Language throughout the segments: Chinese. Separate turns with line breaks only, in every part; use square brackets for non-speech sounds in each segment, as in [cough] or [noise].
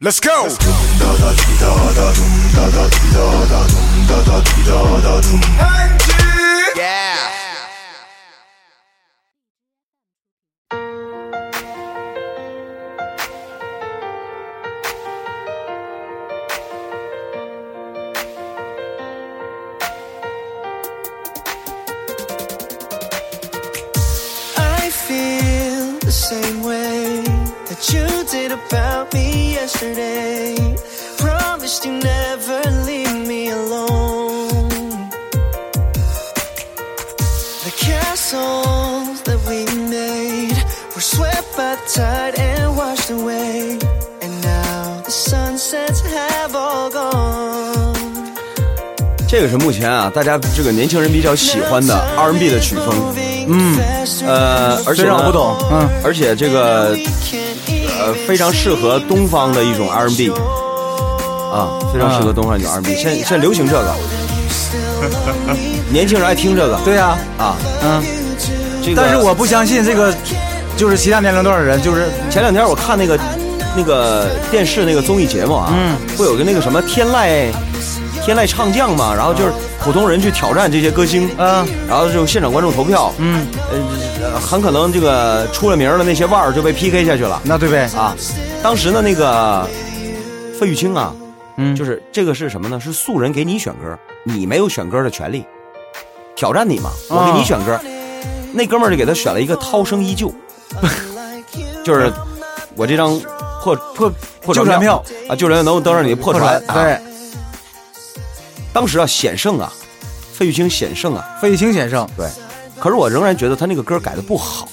Let's go. Yeah.
这个是目前啊，大家这个年轻人比较喜欢的 R&B 的曲风，
嗯，
呃，而且
虽然我不懂，嗯，
而且这个呃非常适合东方的一种 R&B 啊，非常适合东方一种
嗯
R&B，现现在流行这
[laughs]
个，年轻人爱听这个，
对呀、
啊，
嗯，
这个
但是我不相信这个，就是其他年龄段的人，就是
前两天我看那个那个电视那个综艺节目啊，
嗯
会有个那个什么天籁天籁唱将嘛，然后就是普通人去挑战这些歌星，
嗯
然后就现场观众投票，
嗯，
呃，很可能这个出了名儿的那些腕儿就被 PK 下去了
那对呗，
啊。当时呢，那个费玉清啊，
嗯，
就是是这个是什么呢？是素人给你选歌，你没有选歌的权利，挑战你嘛，
哦
我给你选歌。那哥们儿就给他选了一个《涛声
[laughs]
依旧》，就是我这张破破破
旧船票
啊，旧船能登上你的破船。啊，
对，
当时啊险胜啊，费玉清险胜啊。
费玉清先生，
对，可是我仍然觉得他那个歌改的不好，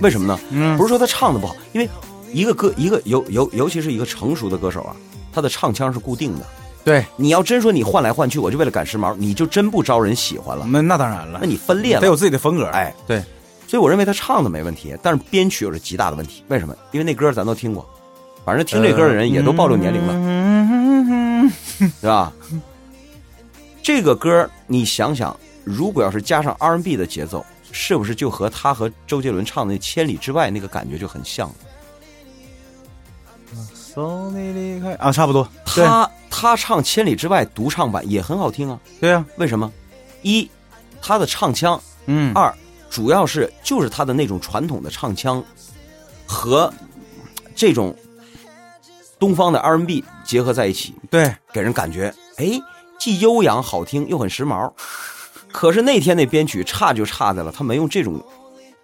为什么呢？
嗯
不是说他唱的不好，因为一个歌一个尤尤尤其是一个成熟的歌手啊，他的唱腔是固定的。
对，
你要真说你换来换去，我就为了赶时髦，你就真不招人喜欢了，
那那当然了
那，你分裂
嗯得有
了。
自己的风格，
哎，
对，
所以我认为他唱的没问题，但是编曲有着极大的问题。为什么？因为那歌咱都听过，反正听这歌的人也都暴露年龄了，
嗯，
对吧？这个歌你想想，如果要是加上 R&B 的节奏，是不是就和他和周杰伦唱的那《千里之外》那个感觉就很像？
送你离开啊，差不多，对
他他唱《千里之外》独唱版也很好听啊，
对呀，
为什么？一，他的唱腔
嗯，
二，主要是就是他的那种传统的唱腔和这种东方的 R&B 结合在一起，
对，
给人感觉哎，既悠扬好听又很时髦。可是那天那编曲差就差在了，他没用这种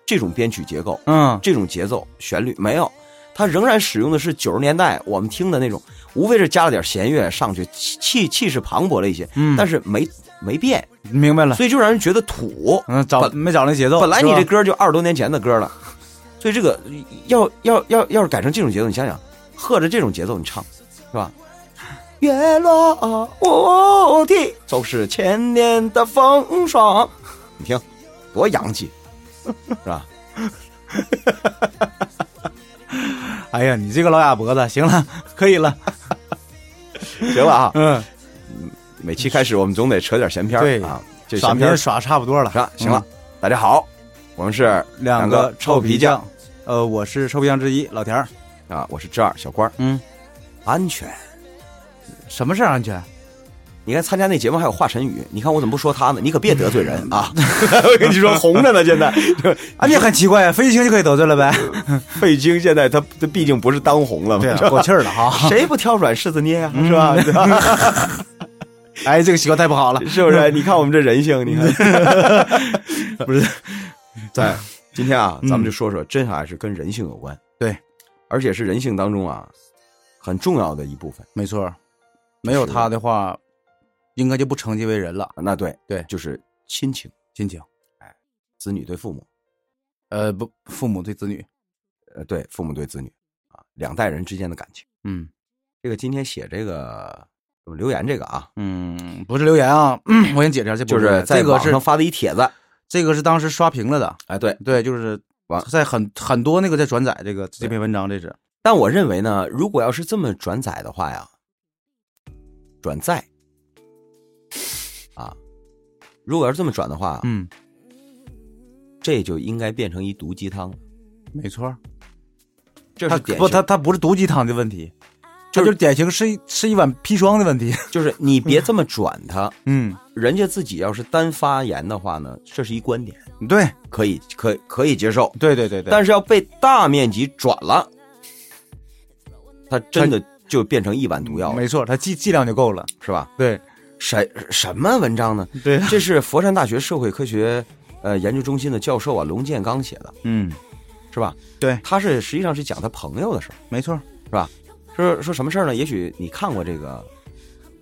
这种编曲结构、
嗯，
这种节奏、旋律没有，他仍然使用的是九十年代我们听的那种，无非是加了点弦乐上去，气气气势磅礴了一些，
嗯
但是没没变，
明白了，
所以就让人觉得土。
嗯，找
本
没找那节奏，
本来你
是吧
这歌就二十多年前的歌了，所以这个要要要要是改成这种节奏，你想想，和着这种节奏你唱，是吧？月落我的都是千年的风霜，你听，多洋气，是吧？
哎呀，你这个老哑脖子，行了， [laughs] 可以了，
行了
[laughs]
啊，
嗯，
每期开始我们总得扯点闲篇儿
对
啊，这
耍
闲
别
篇
人
儿
耍差不多了，
是吧？行了，大家好，我们是
嗯，两
个
个臭
皮
皮匠，呃，我是臭皮匠之一老田儿，
啊，我是志二小官儿，
嗯，
安全。
什么事儿
啊
安全？
你看参加那节目还有华晨宇，你看我怎么不说他呢？你可别得罪人啊！
嗯
[laughs] 我跟你说，红着呢，现在 [laughs]
啊，你也很奇怪呀，费玉清就可以得罪了呗？
费京现在他他毕竟不是当红了嘛，是吧
啊过气儿了哈。
[laughs] 谁不挑软柿子捏呀、
嗯
是吧？ [laughs] 对
[laughs]
吧
哎，这个习惯太不好了，
是不是？你看我们这人性，你看，
嗯 [laughs] 不是？
[laughs] 对，今天啊，
嗯
咱们就说说，真还是跟人性有关，
对，
而且是人性当中啊很重要的一部分。
[laughs] 没错，没有他的话，应该就不称其为人了。
那对
对
就是亲情，
亲情，
子女对父母，
呃，不，父母对子女，
呃，对父母对子女啊，两代人之间的感情。
嗯
这个今天写这个我们留言这个啊，
嗯，不是留言啊，嗯我先解释一下，这不
就是
留
是
言
在
这个
网上
是
发的一帖子。
这个是当时刷屏了的，
哎，对，
对，就是
网
在很很多那个在转载这个这篇文章，这是
但我认为呢，如果要是这么转载的话呀，转载啊，如果要是这么转的话，
嗯，
这就应该变成一毒鸡汤了。
没错，
这
他
是典
不，
型。
他他不是毒鸡汤的问题，
就
他
是
就是典型是一是一碗砒霜的问题。 [laughs]
就是你别这么转他，
嗯，
人家自己要是单发言的话呢，这是一观点，
嗯对
可以可可以接受，
对对对对，
但是要被大面积转了，他真的就变成一碗毒药了，
没错，它剂剂量就够了。
是吧？
对
什什么文章呢？
对，啊
这是佛山大学社会科学呃研究中心的教授啊龙建刚写的，
嗯，
是吧？
对，
他是实际上是讲他朋友的事儿，
没错，
是吧？说说什么事儿呢？也许你看过这个，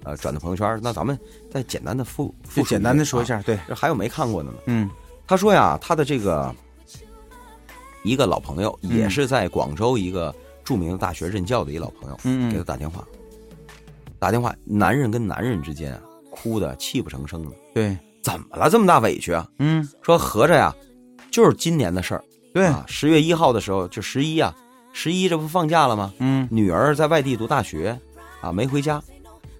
呃，转的朋友圈儿，那咱们再简单的复复
就
述
简单的
遍
说一下，对，
啊，这还有没看过的呢？
嗯
他说呀，他的这个一个老朋友，
嗯
也是在广州一个著名的大学任教的一老朋友，
嗯
给他
嗯，
打电话，打电话，男人跟男人之间啊，哭的泣不成声的，
对，
怎么了这么大委屈啊？
嗯
说合着呀，就是今年的事儿
对，
啊，十月一号的时候，就十一啊，十一这不放假了吗？
嗯
女儿在外地读大学，啊，没回家。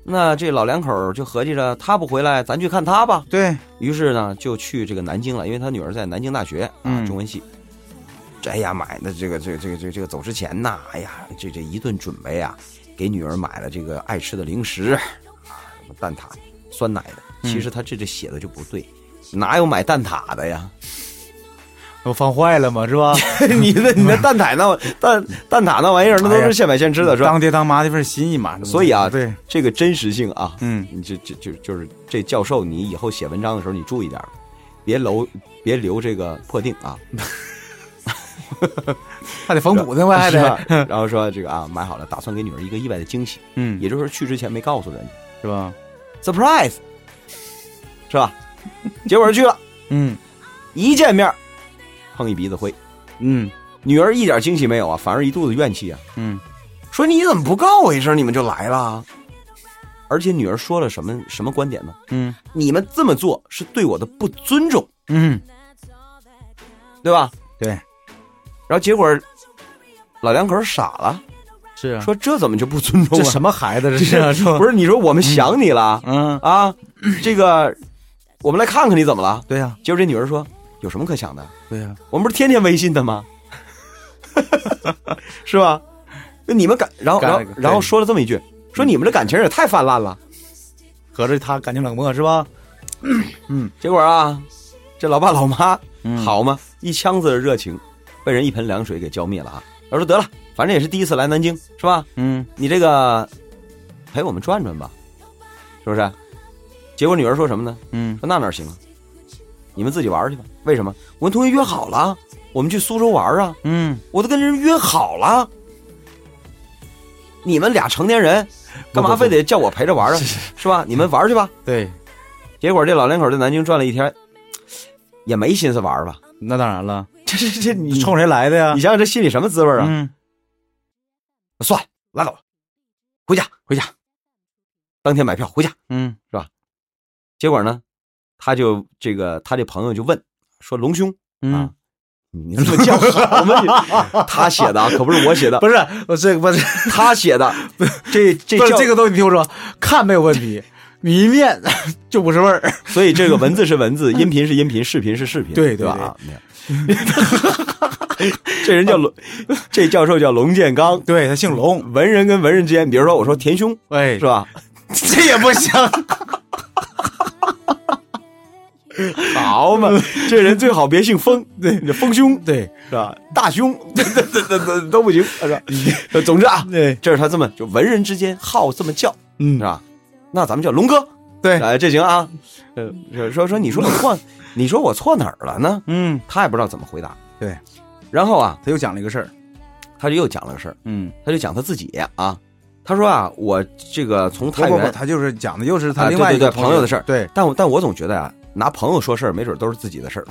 那这老两口儿就合计着，他不回来，咱去看他吧。
对，
于是呢，就去这个南京了，因为他女儿在南京大学啊
嗯，
中文系。这哎呀，买的这个这个这个这个这个走之前呐，哎呀，这这一顿准备啊，给女儿买了这个爱吃的零食啊，什么蛋挞、酸奶的。
嗯
其实他这这写的就不对，哪有买蛋挞的呀？ [laughs]
我放坏了嘛，是 [laughs] 吧？
你的你的蛋挞那蛋蛋挞那玩意儿，那都
嗯哎呀
是现买现吃的，是吧？
当爹当妈的份心意嘛。
所以啊
对，
这个真实性啊，
嗯，
你这这就就是这教授，你以后写文章的时候你注意点儿，别留别留这个破腚啊，
还得缝补呢，我还
是吧
得，？
[laughs] 然后说这个啊，买好了，打算给女儿一个意外的惊喜，
嗯，
也就是说去之前没告诉人家
是吧？
，surprise，是吧？结果去了，
嗯
一见面碰一鼻子灰，
嗯
女儿一点惊喜没有啊，反而一肚子怨气啊，
嗯，
说你怎么不告我一声，你们就来了？而且女儿说了什么什么观点呢？
嗯
你们这么做是对我的不尊重，
嗯，
对吧？
对，
然后结果老两口儿傻了，
是啊，
说这怎么就不尊重
这
了？
什么孩 [laughs] 子这是啊
这
是吧？
不是你说我们想你了、
嗯，
啊？这个我们来看看你怎么了？
对呀
结果这女儿说有什么可想的？
对啊呀，
我们不是天天微信的吗？ [laughs] 是吧？那你们感，然后然后
干了个
然后
对
说了这么一句，说你们这感情也太泛滥了。
合着他感情冷漠是吧？
结果啊，这老爸老妈
嗯
好嘛，一腔子热情，被人一盆凉水给浇灭了啊！然后说得了，反正也是第一次来南京，是吧？
嗯
你这个陪我们转转吧，是不是？结果女儿说什么呢？
嗯
说那哪行啊？你们自己玩去吧。为什么？我跟同学约好了，我们去苏州玩啊，
嗯，
我都跟人约好了。你们俩成年人，干嘛
不不不
非得叫我陪着玩啊？是吧？你们玩去吧。
对，
结果这老两口在南京转了一天，也没心思玩吧？
那当然 [laughs] 了，
这这这，你
冲谁来的呀
你？想想这心里什么滋味啊？
啊嗯，
算了，拉倒吧，回家回家，当天买票回家。
嗯
结果呢，他就这个他这朋友就问说：“龙兄，
嗯，
啊你怎
[laughs]
么叫好吗？你他写的啊，可不是我写的，
不是，我这个不是，
他写的。这这
[laughs] 不是
叫
嗯这，个东西，你听我说，看没有问 [laughs] 题，你一念就不是味儿。
所以这个文字是文字，音频是音频，视频是视频，
对对
对吧？啊，没有 [laughs] 这人叫龙，这教授叫龙建刚，
对他姓 [laughs] 龙，
文人跟文人之间，比如说我说田兄
哎，
是吧？
[laughs] 这也不行。
[laughs] 好嘛，这人最好别姓风，对，风兄
对
是吧？大兄，这这这这都不行， [laughs] 是吧？呃总之啊，
对，
这是他这么就文人之间好这么叫，
嗯
是吧？那咱们叫龙哥，
对，
哎，这行
[laughs]
啊。呃，说说你说我错， [laughs] 你说我错哪儿了呢？
嗯，
他也不知道怎么回答。
对，
然后啊，
他又讲了一个事儿，
他就又讲了个事儿，
嗯，
他就讲他自己啊，他说啊，我这个从
不
太
不不，
原，
他就是讲的又是
啊
他另外
对
一个
对对朋友的事儿
对，
但我但我总觉得啊，拿朋友说事儿，没准都是自己的
[laughs]
事儿，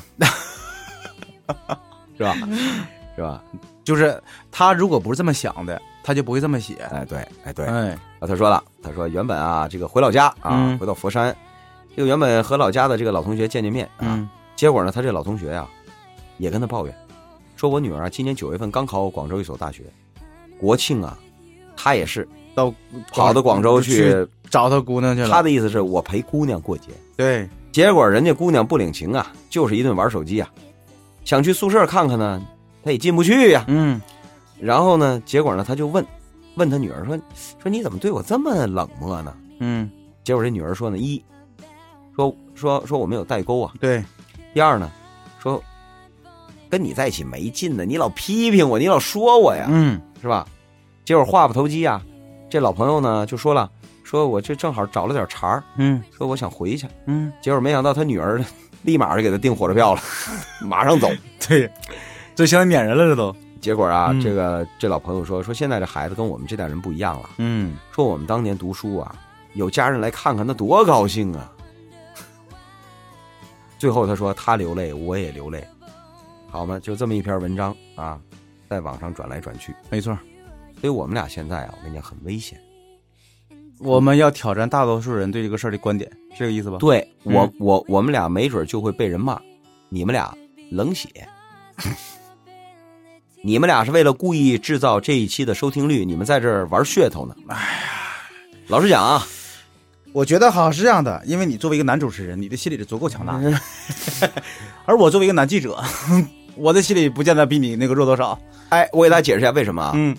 是吧？
嗯
是吧？
就是他如果不是这么想的，他就不会这么写。
哎，对，哎对。
哎，
啊，他说了，他说原本啊，这个回老家啊，
嗯
回到佛山，这个原本和老家的这个老同学见见面啊，
嗯
结果呢，他这老同学呀、也跟他抱怨，说我女儿啊，今年九月份刚考广州一所大学，国庆啊，她也是
到
跑到广州去，
找他姑娘去了。
她的意思是我陪姑娘过节，
对，
结果人家姑娘不领情啊，就是一顿玩手机啊，想去宿舍看看呢，她也进不去呀、
嗯
然后呢，结果呢，他就问问他女儿说说你怎么对我这么冷漠呢？
嗯，
结果这女儿说呢，一说说说我们有代沟啊，
对，
第二呢，说跟你在一起没劲呢，你老批评我，你老说我呀，
嗯
是吧？结果话不投机啊，这老朋友呢就说了，说我这正好找了点茬儿，
嗯
说我想回去，
嗯，
结果没想到他女儿 [laughs] 立马就给他订火车票了， [laughs] 马上走。
对，这相当于撵人了，这都，
结果啊，
嗯
这个这老朋友说说现在这孩子跟我们这代人不一样了，
嗯，
说我们当年读书啊，有家人来看看那多高兴啊。 [laughs] 最后他说他流泪，我也流泪，好嘛，就这么一篇文章啊，在网上转来转去，
没错，
所以我们俩现在啊，我跟你讲很危险。
我们要挑战大多数人对这个事儿的观点，是这个意思吧？
对
嗯
我，我我们俩没准就会被人骂，你们俩冷血， [laughs] 你们俩是为了故意制造这一期的收听率，你们在这儿玩噱头呢。哎呀，老实讲啊，
我觉得好像是这样的，因为你作为一个男主持人，你的心理是足够强 [laughs] 大的，而我作为一个男记者， [laughs] 我的心理不见得比你那个弱多少。
哎，我给大家解释一下为什么啊？
嗯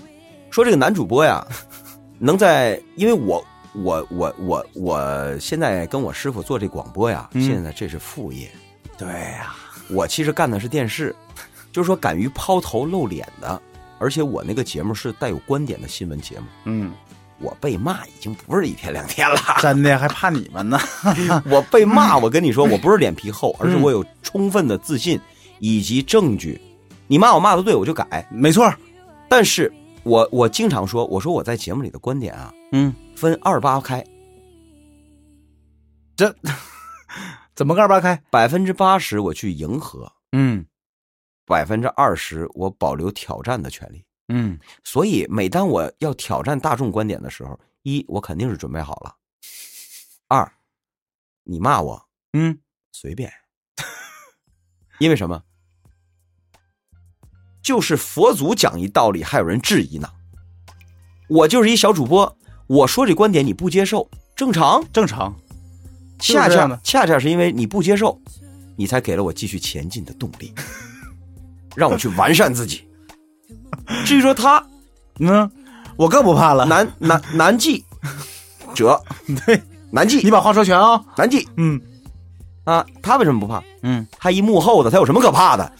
说这个男主播呀， [laughs] 能在因为我我我我我现在跟我师傅做这广播呀，
嗯
现在这是副业，，
对呀、
我其实干的是电视，就是说敢于抛头露脸的，而且我那个节目是带有观点的新闻节目。
嗯，
我被骂已经不是一天两天
[laughs]
了，
真的还怕你们呢？ [laughs]
我被骂，我跟你说，我不是脸皮厚，而是
嗯
我有充分的自信以及证据。你骂我骂的对，我就改。
没错，
但是我我经常说，我说我在节目里的观点啊，
嗯，
分二八开，
怎么个二八开？
百分之八十我去迎合，
嗯
百分之二十我保留挑战的权利。
嗯，
所以每当我要挑战大众观点的时候，一我肯定是准备好了，二你骂我
嗯，
随便， [laughs] 因为什么？就是佛祖讲一道理，还有人质疑呢。我就是一小主播，我说这观点你不接受，正常。
正常。就是
恰
这样
恰
的
恰恰是因为你不接受，你才给了我继续前进的动力， [laughs] 让我去完善自
[laughs]
己。至于说他
嗯，我更不怕了。
男男男记者，
对，
男记
你把话说全啊、
男记
嗯
啊，他为什么不怕？
嗯，
他一幕后的，他有什么可怕
[laughs]
的？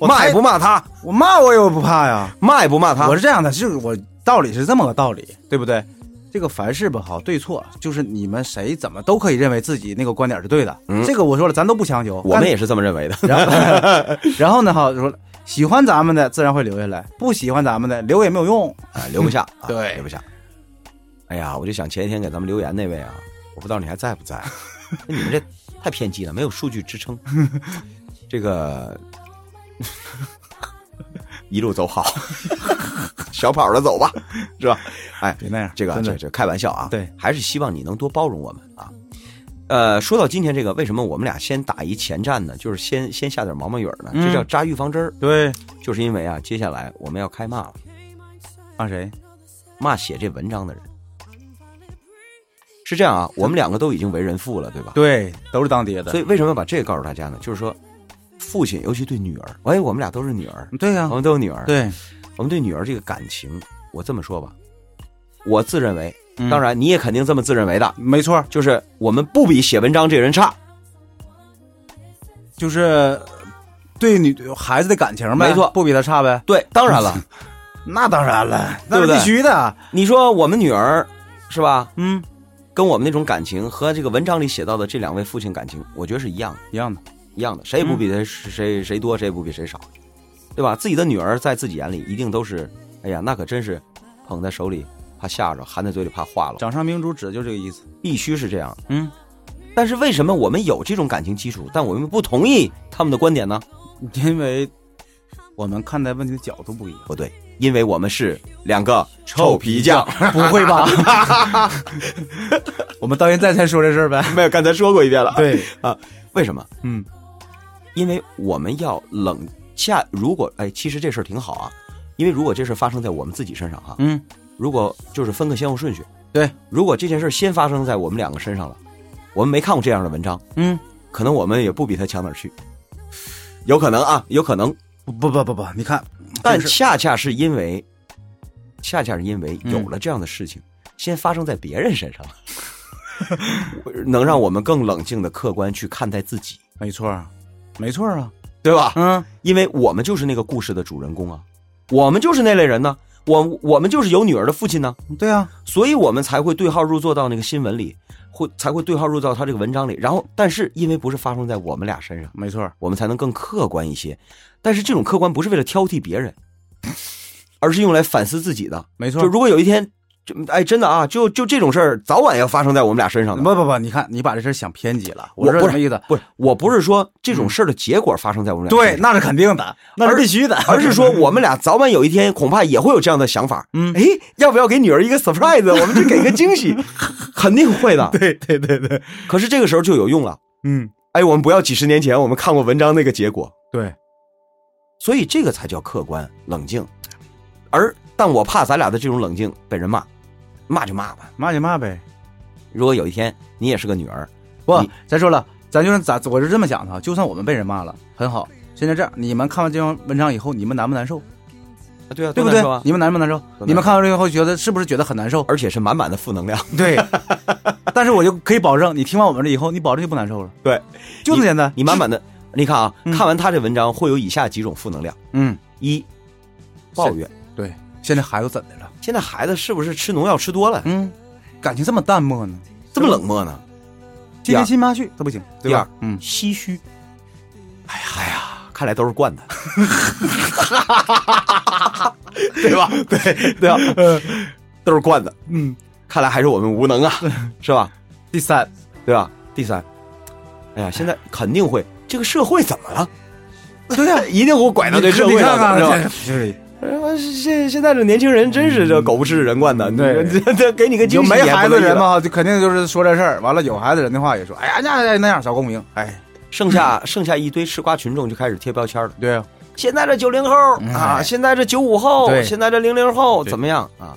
骂也不骂他，
我骂我也不怕呀。啊
骂也不骂他
我。是这样的，就是我道理是这么个道理，对不对？这个凡事吧，好对错，就是你们谁怎么都可以认为自己那个观点是对的。
嗯
这个我说了，咱都不强求。
我们也是这么认为的。
然后 [laughs] 然后呢，哈，说喜欢咱们的自然会留下来，不喜欢咱们的留也没有用。
啊，留不下，啊、
[laughs] 对
留不下。哎呀，我就想前一天给咱们留言那位啊，我不知道你还在不在，那你们这太偏激了，没有数据支撑。
[laughs]
这个一路走
[laughs]
好，小跑着走吧，是吧？哎，
别那样，
这个
真
这
的
这开玩笑啊，
对，
还是希望你能多包容我们啊。呃，说到今天这个，为什么我们俩先打一前站呢？就是先先下点毛毛雨儿呢，
嗯
这叫扎预防针儿，
对，
就是因为啊，接下来我们要开骂了。
骂啊谁？
骂写这文章的人。是这样啊，我们两个都已经为人父了，对吧？
对，都是当爹的。
所以为什么把这个告诉大家呢？就是说，父亲尤其对女儿，哎，我们俩都是女儿，
对啊呀、
我们都有女儿，，
对，
我们对女儿这个感情，我这么说吧，我自认为，
嗯
当然你也肯定这么自认为的，
没错，
就是我们不比写文章这人差，
就是对女孩子的感情呗，
没错
不比他差呗。
对，当然了，
[laughs] 那当然了，那
对不对
是必须的。
[laughs] 你说我们女儿是吧，
嗯，
跟我们那种感情和这个文章里写到的这两位父亲感情，我觉得是一样的。
一样的。
一样的，谁也不
嗯
比谁、谁谁多，谁也不比谁少，对吧？自己的女儿在自己眼里一定都是，哎呀，那可真是捧在手里怕吓着，含在嘴里怕化了，
掌上明珠指的就这个意思。
必须是这样。
嗯，
但是为什么我们有这种感情基础，但我们不同意他们的观点呢？
因为我们看待问题的角度不一样。
不对，因为我们是两个臭皮匠。 [laughs]
不会吧？我们到现在才说这事儿呗。
没有，刚才说过一遍了。
[laughs] 对，
为什么？
嗯
因为我们要冷下。如果哎，其实这事儿挺好啊，因为如果这事儿发生在我们自己身上哈、
嗯，
如果就是分个先后顺序，
对，
如果这件事儿先发生在我们两个身上了，我们没看过这样的文章，
嗯
可能我们也不比他强哪儿去，有可能啊，有可能。
不不不不，你看，
但
就是
恰恰是因为，恰恰是因为
嗯
有了这样的事情，先发生在别人身上了， [laughs] 能让我们更冷静的、客观去看待自己，
没错儿，没错儿啊，
对吧？
嗯，
因为我们就是那个故事的主人公啊，我们就是那类人呢、我我们就是有女儿的父亲呢、
对啊，
所以我们才会对号入座到那个新闻里，会才会对号入座到他这个文章里。然后，但是因为不是发生在我们俩身上，
没错儿，
我们才能更客观一些。但是这种客观不是为了挑剔别人， [laughs] 而是用来反思自己的。
没错
就
儿。
如果有一天，就哎，真的啊，就就这种事
嗯
儿，早晚要发生在我们俩身上
不
的。
不不，你看你把这事儿想偏激了，我
我
说
不
什
是
么意思？嗯
不是，我不是说这种事儿的结果发生在我们俩身上，
对，那是肯定的，那是必须的，
[laughs] 而是说我们俩早晚有一天恐怕也会有这样的想法。
嗯
哎，要不要给女儿一个 surprise？我们就给个惊
[laughs]
喜，肯定会的。
对对对对，
可是这个时候就有用了。
嗯，
哎，我们不要几十年前我们看过文章那个结果，
对，
所以这个才叫客观冷静。而但我怕咱俩的这种冷静被人骂，骂就骂吧。
骂就骂呗。
如果有一天你也是个女儿，
不
你，
咱说了，咱就是咱，我是这么想的啊，就算我们被人骂了，很好。现在这样，你们看完这篇文章以后，你们难不难受？
对啊，
对不对？你们难不难受？
受
你们看完这个以后，觉得是不是觉得很难受？
而且是满满的负能量。
[laughs] 对，但是我就可以保证，你听完我们这以后，你保证就不难受了，
对，
就这么简单。
你满满的，你看啊，
嗯
看完他这文章会有以下几种负能量：
嗯，
一，抱怨，
对，现在孩子怎的了？
现在孩子是不是吃农药吃多了，
嗯，感情这么淡漠呢？
这么冷漠呢？第
接爹
二
亲妈去，这不行，对吧？嗯，
唏嘘。哎呀，哎呀，看来都是惯
[laughs]
的，对吧？对对吧？都是惯的，
嗯。
看来还是我们无能啊，是吧？
第三，
对吧？第三，哎呀，现在肯定会，这个社会怎么了？
对呀、
一定给我拐到这社会
你
上
看啊看，
是吧？
对，
哎呀，现现在这年轻人真是这狗不吃人惯的，
对
这这给你个惊
有
喜
没孩子的人
吗？
嘛，就肯定就是说这事儿。完了，有孩子人的话也说，哎呀，那那那样少公平，哎，
剩下剩下一堆吃瓜群众就开始贴标签了。
对呀、啊
现在这九零后
嗯
啊，
哎
现在这九五后，
对
现在这零零后
对
怎么样啊？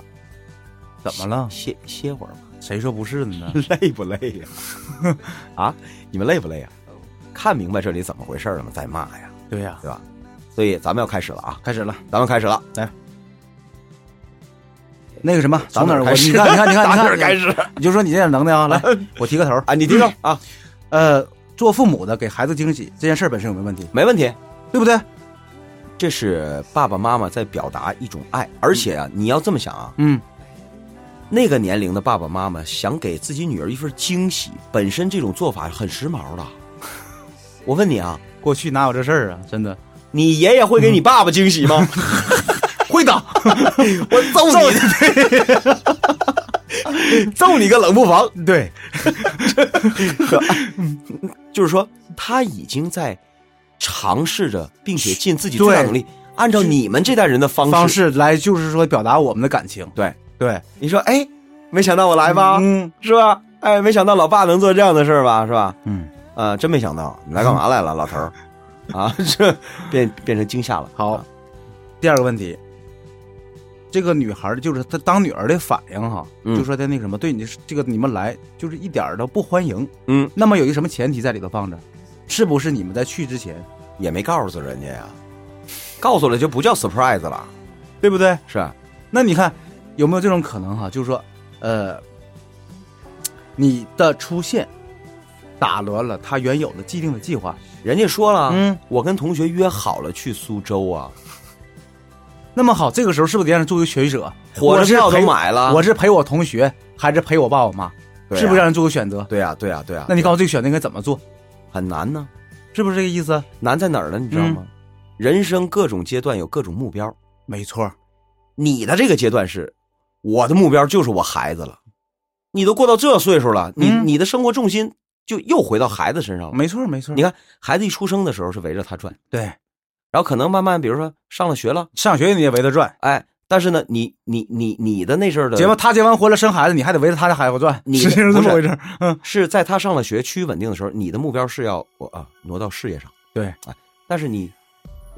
怎么了？
歇歇会儿吧，
谁说不是的呢？
[laughs] 累不累呀？ [laughs] 啊，你们累不累呀？看明白这里怎么回事了吗？再骂呀，
对呀、
对吧？所以咱们要开始了啊，
开始了，
咱们开始了，
那个什么，
咱
从哪
们
儿？我
开始
你看，你看，
[laughs] 打
你看，你
哪
看，
儿开始
你就说你这点
[laughs]
能耐啊！来，我提个头儿，
啊？你听着啊，
呃，做父母的给孩子惊喜这件事儿本身有没有问题？
没问题。
对不对？
这是爸爸妈妈在表达一种爱，而且啊，你要这么想啊，
嗯，
那个年龄的爸爸妈妈想给自己女儿一份惊喜，本身这种做法很时髦的。我问你啊，
过去哪有这事儿啊？真的
你爷爷会给你爸爸惊喜吗？
嗯
[laughs]
会的，
我揍你！揍你个 [laughs] 冷不防！
对，
就是说，他已经在尝试着，并且尽自己最大
对
努力，按照你们这代人的方式。
方式来就是说表达我们的感情，
对，
对，
你说，哎，没想到我来吧，
嗯
是吧？哎，没想到老爸能做这样的事儿吧，是吧？
嗯，
啊、真没想到，你来干嘛来了，老头儿？啊，这变变成惊吓了。
好
啊，。
第二个问题，这个女孩儿就是她当女儿的反应哈，
嗯
就说她那个什么，对你这个你们来就是一点儿都不欢迎。
嗯，
那么有一个什么前提在里头放着，是不是你们在去之前，
也没告诉人家呀，告诉了就不叫 surprise 了，
对不对？
是吧？
那你看有没有这种可能哈？就是说，呃，你的出现打乱了他原有的既定的计划。
人家说了，
嗯，
我跟同学约好了去苏州啊，
那么好，这个时候是不是得让人作为学习者？
火车
我是
票都
陪
买了
我是陪我同学，还是陪我爸我妈？
对啊
是不是让人做个选择？
对呀、对呀、对呀、
那你告诉我这个选择应该怎么做？
很难呢，
是不是这个意思？
难在哪儿呢？你知道
嗯
吗？人生各种阶段有各种目标，
没错儿，
你的这个阶段是，我的目标就是我孩子了，你都过到这岁数了，你、
嗯
你的生活重心就又回到孩子身上了。
没错儿，没错儿。
你看，孩子一出生的时候是围着他转，
对，
然后可能慢慢，比如说上了学了，
上学你也围着转，
哎，但是呢，你你你你的那阵儿的
结完他结完婚了，生孩子，你还得围着他的孩子转，
你
是这
不是
么回事儿？嗯，
是在他上了学趋于稳定的时候，你的目标是要我啊挪到事业上，啊
对，
但是你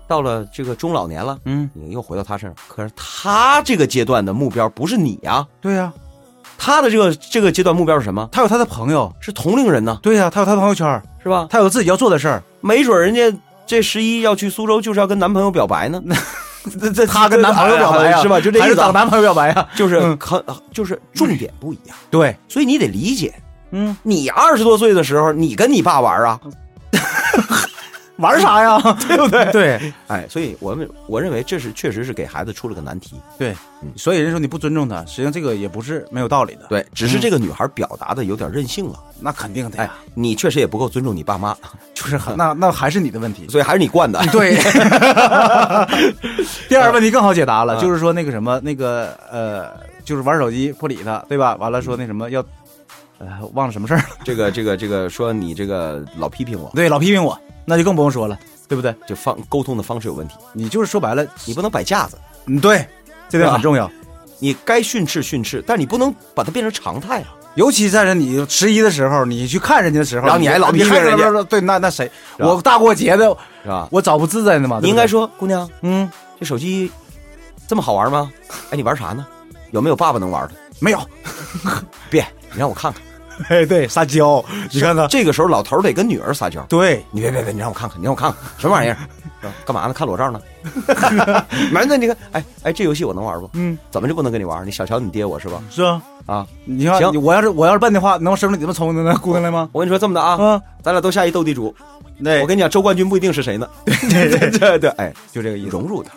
到了这个中老年了，
嗯，
你又回到他身上。可是他这个阶段的目标不是你呀、
对呀、
他的这个这个阶段目标是什么？
他有他的朋友，
是同龄人呢、
对呀、他有他的朋友圈儿，
是吧？
他有自己要做的事儿，
没准人家这十一要去苏州，就是要跟男朋友表白呢。这这
她跟男朋友表白哎呀，
是吧？就这
还
意
是
思啊
找，男朋友表白呀？
就是
嗯
很、就是重点不一样，
[laughs] 对，
所以你得理解。
嗯，
你二十多岁的时候，你跟你爸玩啊，
玩啥呀？ [laughs] 对不对？对 [laughs]
哎，所以我们我认为这是确实是给孩子出了个难题。
对，所以人说你不尊重他，实际上这个也不是没有道理的。，
对，只是这个女孩表达的有点任性了。
那肯定的
哎
呀，，
你确实也不够尊重你爸妈，
哎就是很那那还是你的问题。
所以还是你
[laughs]
惯的。 [laughs]
对，第二个问题更好解答了，
嗯
就是说那个什么，那个呃，就是玩手机不理他，对吧？完了说那什么要，呃，忘了什么事儿了， [laughs]
这个这个这个说你这个老批评我，
对，老批评我，那就更不用说了，对不对？
就方沟通的方式有问题，
你就是说白了，
你不能摆架子，
嗯，对，这点
啊
很重要，
你该训斥训斥，但你不能把它变成常态啊。
尤其在人你迟疑的时候，你去看人家的时候，
然后你还老
你
批评人家
还对，那那谁，
是吧
我大过节的，
是吧？
我找不自在呢嘛，
你
啊对
应
不对
该，说，姑娘，
嗯，
这手机这么好玩吗？ [laughs] 哎，你玩啥呢？有没有爸爸能玩的？[laughs]
没有，
别，你让我看看。
哎，对，撒娇，你看他，
这个时候老头儿得跟女儿撒娇，
对，
你别别别，你让我看看，你让我看看什么玩意儿？是吧干嘛呢？看裸照呢？完了，你看，哎哎，这游戏我能玩不？
嗯，
怎么就不能跟你玩？你小瞧你爹我是吧？
是啊，
啊，
你看，
行
我要是我要是笨的话，能生出你这么聪明的姑娘来吗？
我跟你说这么的啊，
啊，
咱俩都下一斗地主。
对
我跟你讲，周冠军不一定是谁呢。对 [laughs] 对对对，哎，就这个意思，融入他。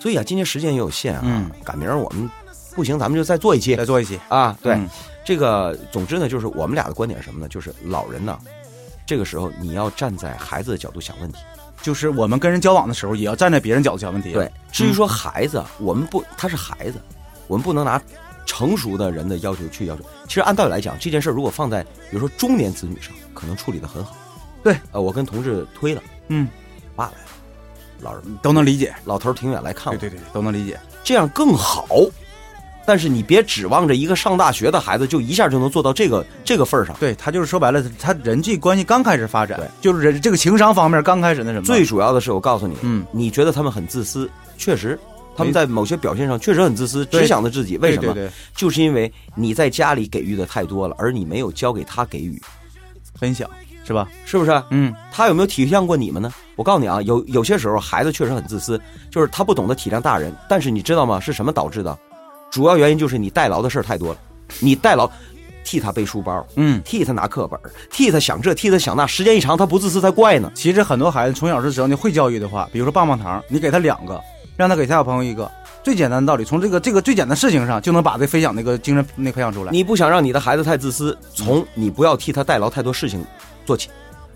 所以啊，今天时间也有限啊，
嗯
赶明儿我们不行，咱们就再做一期
再做一期。
啊。对，
嗯
这个总之呢，就是我们俩的观点是什么呢？就是老人呢，这个时候你要站在孩子的角度想问题。
就是我们跟人交往的时候，也要站在别人角度想问题。
对，，至
嗯
于说孩子，我们不，他是孩子，我们不能拿成熟的人的要求去要求。其实按道理来讲，这件事儿如果放在比如说中年子女上，可能处理的很好。
对，
呃，我跟同事推了，
嗯，
爸来了，老人
都能理解。
老头儿挺远来看我，
对对，都能理解。
这样更好。但是你别指望着一个上大学的孩子就一下就能做到这个这个份儿上。
对他就是说白了，他人际关系刚开始发展
对，
就是人这个情商方面刚开始那什么。
最主要的是，我告诉你，
嗯，
你觉得他们很自私，确实，他们
对
在某些表现上确实很自私，
对
只想着自己。为什么？
对对对
就是因为你在家里给予的太多了，而你没有教给他给予，
分享是吧？
是不是？
嗯，
他有没有体谅过你们呢？我告诉你啊，有有些时候孩子确实很自私，就是他不懂得体谅大人。但是你知道吗？是什么导致的？主要原因就是你代劳的事儿太多了，你代劳，替他背书包，
嗯，
替他拿课本，替他想这，替他想那，时间一长，他不自私才怪呢。
其实很多孩子从小是只要你会教育的话，比如说棒棒糖，你给他两个，让他给他小朋友一个，最简单的道理，从这个这个最简单的事情上就能把这分享那个精神那个培养出来。
你不想让你的孩子太自私，从你不要替他代劳太多事情做起，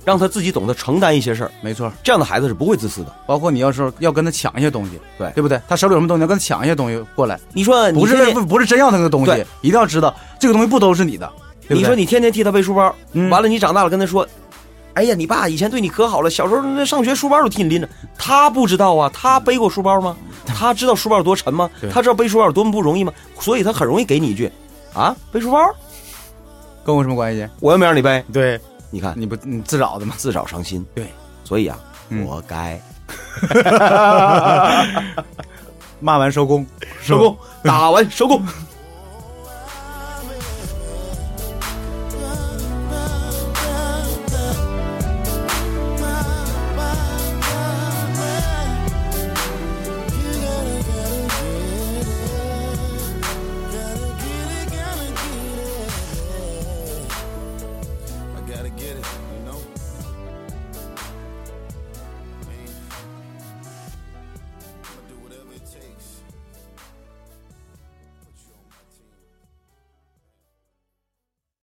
让他自己懂得承担一些事儿，
没错，
这样的孩子是不会自私的。
包括你要说要跟他抢一些东西，
对
对不对？他手里有什么东西，要跟他抢一些东西过来。
你说你
不是
天天
不不是真要他那个东西
对，
一定要知道这个东西不都是你的。对不对
你说你天天替他背书包，
嗯
完了你长大了跟他说，哎呀，你爸以前对你可好了，小时候那上学书包都替你拎着，他不知道啊，他背过书包
[laughs]
吗？他知道书包有多沉吗
对？
他知道背书包有多么不容易吗？所以他很容易给你一句，啊，背书包，
跟我有什么关系？
我又没让你背，
对，
你看
你不你自找
[laughs]
的吗？
自找伤心，
对，
所以啊，
嗯
活该，
骂完收工，
[laughs] 收工，打完收工，